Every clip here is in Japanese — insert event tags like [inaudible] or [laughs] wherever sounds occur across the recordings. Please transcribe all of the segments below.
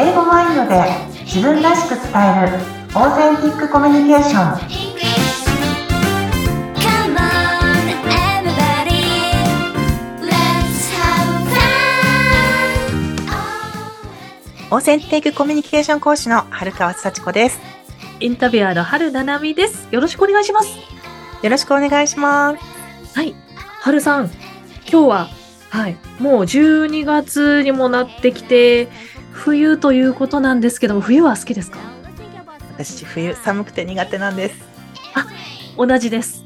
ルで自分らしく伝えるオーセンティックコミュニケーション Come on, everybody. Let's have fun. オーセンティックコミュニケーション講師の春川幸子です。インタビュアーの春ななみです。よろしくお願いします。よろしくお願いします。はい。春さん、今日は、はい。もう12月にもなってきて、冬ということなんですけども、冬は好きですか私、冬寒くて苦手なんです。 [laughs] 同じです。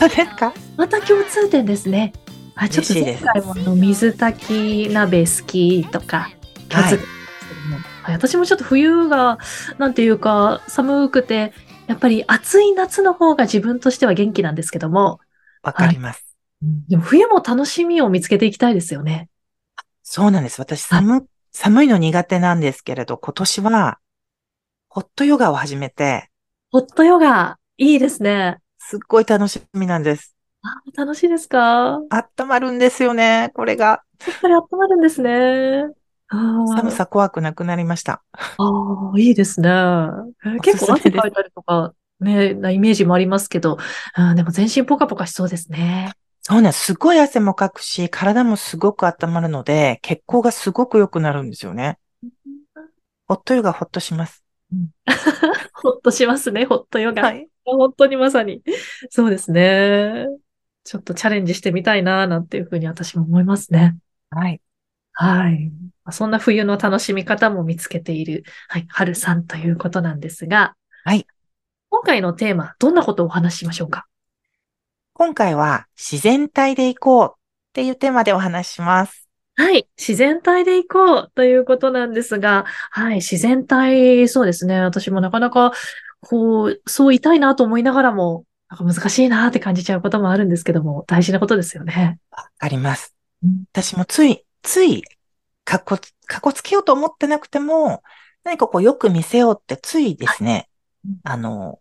本当ですかまた共通点ですね。あちょっと嬉しい前です回もあの水炊き鍋好きとか共通点ですけども、はい私もちょっと冬がなんていうか寒くてやっぱり暑い夏の方が自分としては元気なんですけども、わかります。でも冬も楽しみを見つけていきたいですよね。そうなんです。私、はい寒、寒いの苦手なんですけれど、今年は、ホットヨガを始めて、ホットヨガいいですね。すっごい楽しみなんです。あ楽しいですか温まるんですよね、これが。やっぱり温まるんですね。あー寒さ怖くなくなりました。ああ、いいですね。えー結構おすすめ汗ですかいたりとか、ね、なイメージもありますけど、うん、でも全身ポカポカしそうですね。そうなんです。すごい汗もかくし、体もすごく温まるので、血行がすごく良くなるんですよね。ホットヨガほっとします。 [laughs] ほっとしますね、ホットヨガ。い。本当にまさに。そうですね。ちょっとチャレンジしてみたいな、なんていうふうに私も思いますね。はい。はい。まあそんな冬の楽しみ方も見つけている、はい、春さんということなんですが、はい。今回のテーマ、どんなことをお話ししましょうか今回は、自然体で行こうっていうテーマでお話しします。はい。自然体で行こうということなんですが、はい。自然体、そうですね。私もなかなか、こう、そういたいなと思いながらも、なんか難しいなって感じちゃうこともあるんですけども、大事なことですよね。わかりますうん。私もつい、つい、かっこ、かっこつけようと思ってなくても、何かこうよく見せようってついですね、あの、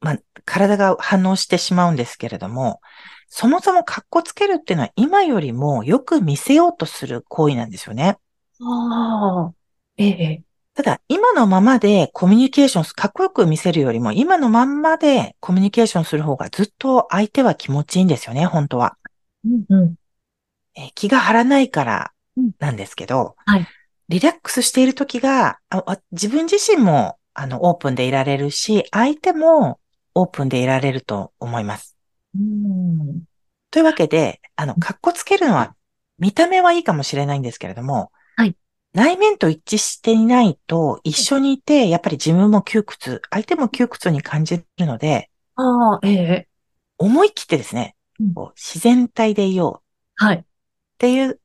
まあ、体が反応してしまうんですけれども、そもそもかっこつけるっていうのは今よりもよく見せようとする行為なんですよね。ああ。ええ。ただ、今のままでコミュニケーションす、かっこよく見せるよりも、今のまんまでコミュニケーションする方がずっと相手は気持ちいいんですよね、本当は。うんうん。えー気が張らないからうんなんですけど、はいリラックスしている時がああ自分自身もあのオープンでいられるし、相手もオープンでいられると思います。うん。というわけで、あの、かっこつけるのは、見た目はいいかもしれないんですけれども、はい内面と一致していないと、一緒にいて、やっぱり自分も窮屈、相手も窮屈に感じるので、ああ、ええ。思い切ってですねうん、こう自然体でいようっはい。ていう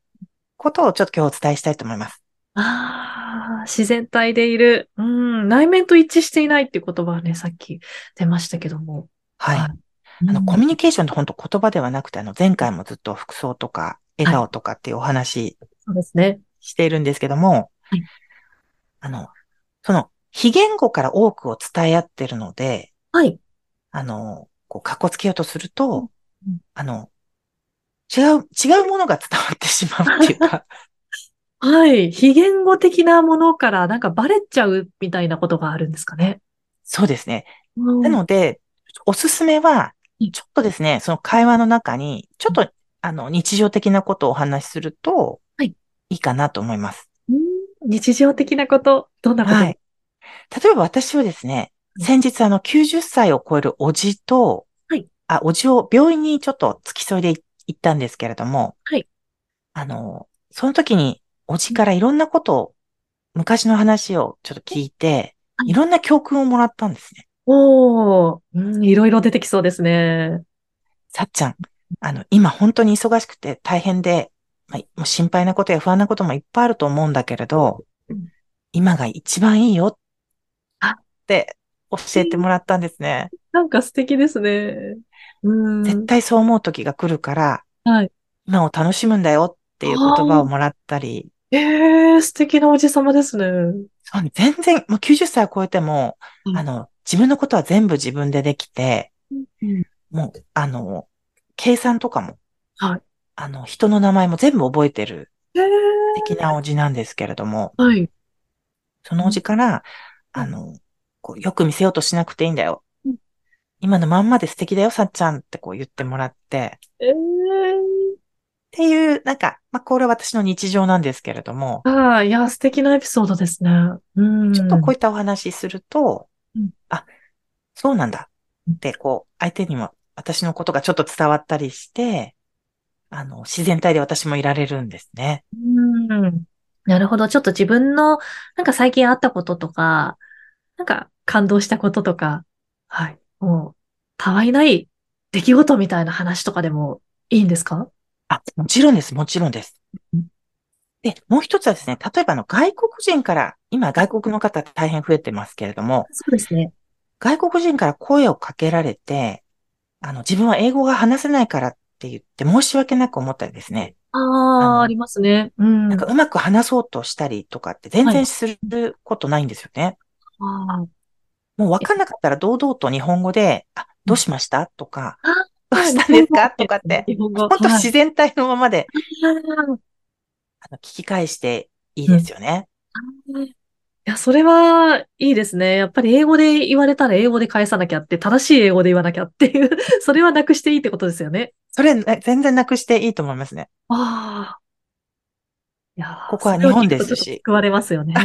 ことをちょっと今日お伝えしたいと思います。ああ、自然体でいる。うん。内面と一致していないっていう言葉はね、さっき出ましたけども。はい。はあの、うんコミュニケーションって本当言葉ではなくて、あの、前回もずっと服装とか、笑顔とかっていうお話そうですね。しているんですけども、はいあの、その、非言語から多くを伝え合ってるので、はい。あの、こう、かっこつけようとすると、うんうんあの、違う、違うものが伝わってしまうっていう [laughs] か、はい。非言語的なものからなんかバレちゃうみたいなことがあるんですかね。そうですね。うんなので、おすすめはうん、ちょっとですね、その会話の中に、ちょっと、あの、日常的なことをお話しすると、はいいいかなと思います。日常的なこと、どんなことはい。例えば私はですね、うん先日あの、90歳を超えるおじと、はいあ、おじを病院にちょっと付き添いで行ったんですけれども、はいあの、その時に、おじからいろんなことを、昔の話をちょっと聞いて、はいいろんな教訓をもらったんですね。おー、うん、いろいろ出てきそうですね。さっちゃん、あの、今本当に忙しくて大変で、まあ、もう心配なことや不安なこともいっぱいあると思うんだけれどうん、今が一番いいよあって教えてもらったんですね。なんか素敵ですね。うん。絶対そう思う時が来るから、はい今を楽しむんだよっていう言葉をもらったり、えー、素敵なおじさまですね。そうね全然、もう90歳を超えても、うんあの、自分のことは全部自分でできて、うんもう、あの、計算とかも、はいあの、人の名前も全部覚えてるえー、的なおじなんですけれども、はい。そのおじから、うんあの、こうよく見せようとしなくていいんだようん。今のまんまで素敵だよ、さっちゃんってこう言ってもらって、ええっていう、なんか、まあ、これは私の日常なんですけれども、ああ、いや、素敵なエピソードですね。うん。ちょっとこういったお話しすると、うんあ、そうなんだって、こう、相手にも私のことがちょっと伝わったりして、あの、自然体で私もいられるんですね。うん。なるほど。ちょっと自分の、なんか最近あったこととか、なんか感動したこととか、はい。もう、たわいない出来事みたいな話とかでもいいんですかあ、もちろんです、もちろんですうん。で、もう一つはですね、例えばあの外国人から、今外国の方大変増えてますけれども、そうですね。外国人から声をかけられて、あの、自分は英語が話せないからって言って申し訳なく思ったりですね、あああ、のありますね。うん。なんかうまく話そうとしたりとかって全は然いすることないんですよね。あもうわかんなかったら堂々と日本語で、あ、どうしましたとかあ、どうーしたんですかとか [laughs] って、日本語。本当はい自然体のままでああの聞き返していいですよね。ーいや、それはいいですね。やっぱり英語で言われたら英語で返さなきゃって、正しい英語で言わなきゃっていう、それはなくしていいってことですよね。それ、ね全然なくしていいと思いますね。ああ。いやーここはそれを日本聞くとですしちょっと救われますよ [laughs] ね。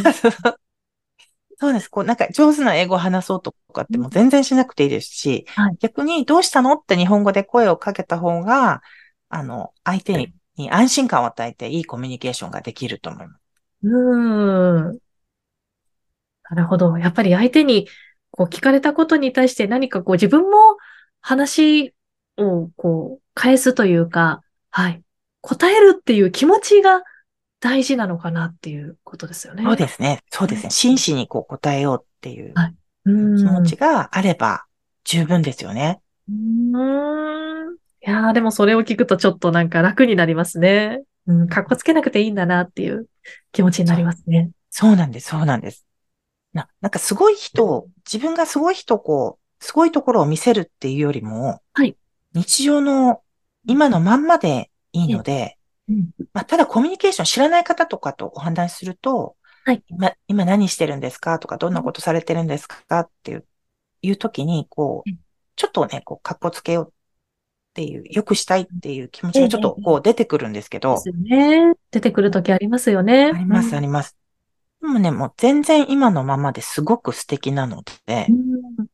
そうです。こう、なんか上手な英語を話そうとかってもう全然しなくていいですし、はい逆にどうしたのって日本語で声をかけた方が、あの、相手に安心感を与えていいコミュニケーションができると思います。うーん。なるほど。やっぱり相手にこう聞かれたことに対して何かこう自分も話をこう返すというか、はい。答えるっていう気持ちが大事なのかなっていうことですよね。そうですね。そうですね。真摯にこう答えようっていうはいう気うーん。持ちがあれば十分ですよね。うーん。いやーでもそれを聞くとちょっとなんか楽になりますね。うん、かっこつけなくていいんだなっていう気持ちになりますね。そうなんです。そうなんです。な、なんかすごい人を、自分がすごい人をこう、すごいところを見せるっていうよりも、はい日常の今のまんまでいいので、うんまあ、ただコミュニケーション知らない方とかとお話しすると、はい今、今何してるんですかとか、どんなことされてるんですかっていう、いう時に、こううん、ちょっとね、こう、かっこつけようっていう、よくしたいっていう気持ちがちょっとこう出てくるんですけでどす、よね。出てくるときありますよね。あります、うあんります。でもね、もう全然今のままですごく素敵なので、うん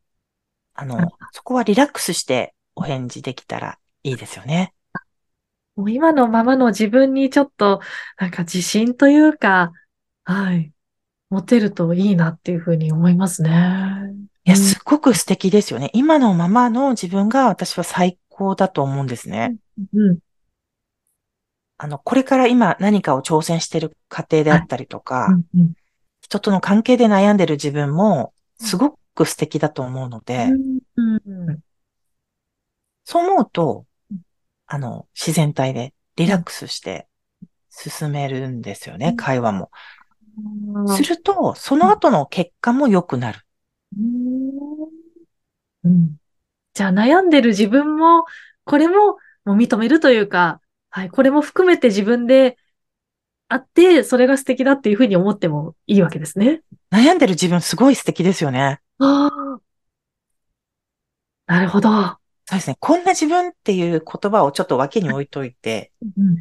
ああの、そこはリラックスしてお返事できたらいいですよね。もう今のままの自分にちょっと、なんか自信というか、はい、持てるといいなっていうふうに思いますね。いや、うんすっごく素敵ですよね。今のままの自分が私は最高だと思うんですね。うん。あの、これから今何かを挑戦してる過程であったりとか、うんうん人との関係で悩んでる自分も、すごく素敵だと思うので、うんうんそう思うとうん、あの、自然体でリラックスして進めるんですよね、うん会話も。うんすると、その後の結果も良くなる。うんじゃあ悩んでる自分も、これももう認めるというか、はい、これも含めて自分であって、それが素敵だっていうふうに思ってもいいわけですね。悩んでる自分すごい素敵ですよね。ああ。なるほど。そうですね。こんな自分っていう言葉をちょっと脇に置いといて、うんい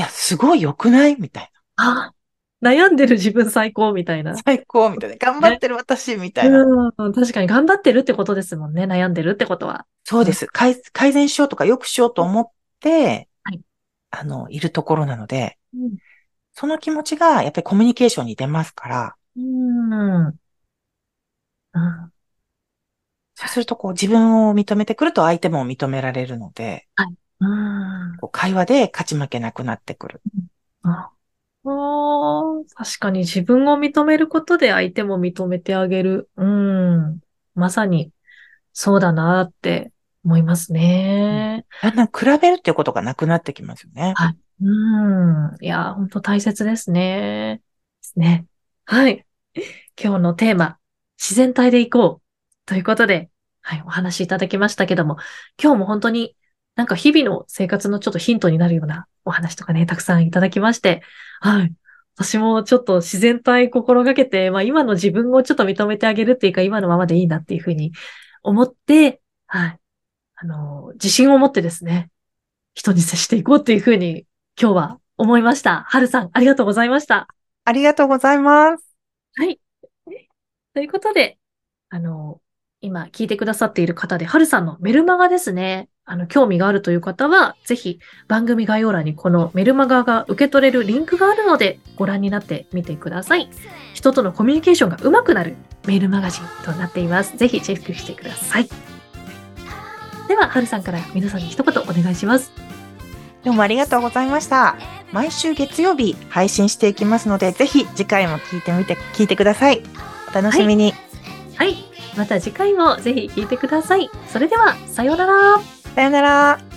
や、すごい良くないみたいあー悩んでる自分最高みたいなな。。最高みたいな。頑張ってる私みたいな。うん、確かに頑張ってるってことですもんね。悩んでるってことは。そうです。改改善しようとか良くしようと思って、はいあの、いるところなので、うんその気持ちがやっぱりコミュニケーションに出ますから、うん。うんそうするとこう自分を認めてくると相手も認められるので、うん。こう会話で勝ち負けなくなってくる。ああ、確かに自分を認めることで相手も認めてあげる。うん。まさに、そうだなって思いますね。だんだん比べるっていうことがなくなってきますよね。うん。いやー、本当大切ですね。ですね。はい。今日のテーマ、自然体でいこう。ということで、はい、お話しいただきましたけども、今日も本当になんか日々の生活のちょっとヒントになるようなお話とかね、たくさんいただきまして、はい。私もちょっと自然体心がけて、まあ今の自分をちょっと認めてあげるっていうか、今のままでいいなっていうふうに思って、はい。あの、自信を持ってですね、人に接していこうっていうふうに今日は思いました。はるさん、ありがとうございました。ありがとうございます。ということで、あの、今聞いてくださっている方で、はるさんのメルマガですね。あの、興味があるという方は、ぜひ番組概要欄にこのメルマガが受け取れるリンクがあるので、ご覧になってみてください。人とのコミュニケーションがうまくなるメールマガジンとなっています。ぜひチェックしてください。では、はるさんから皆さんに一言お願いします。どうもありがとうございました。毎週月曜日配信していきますので、ぜひ次回も聞いてみて、聞いてください。お楽しみに。はい。また次回もぜひ聞いてください。それでは、さようなら。さよなら。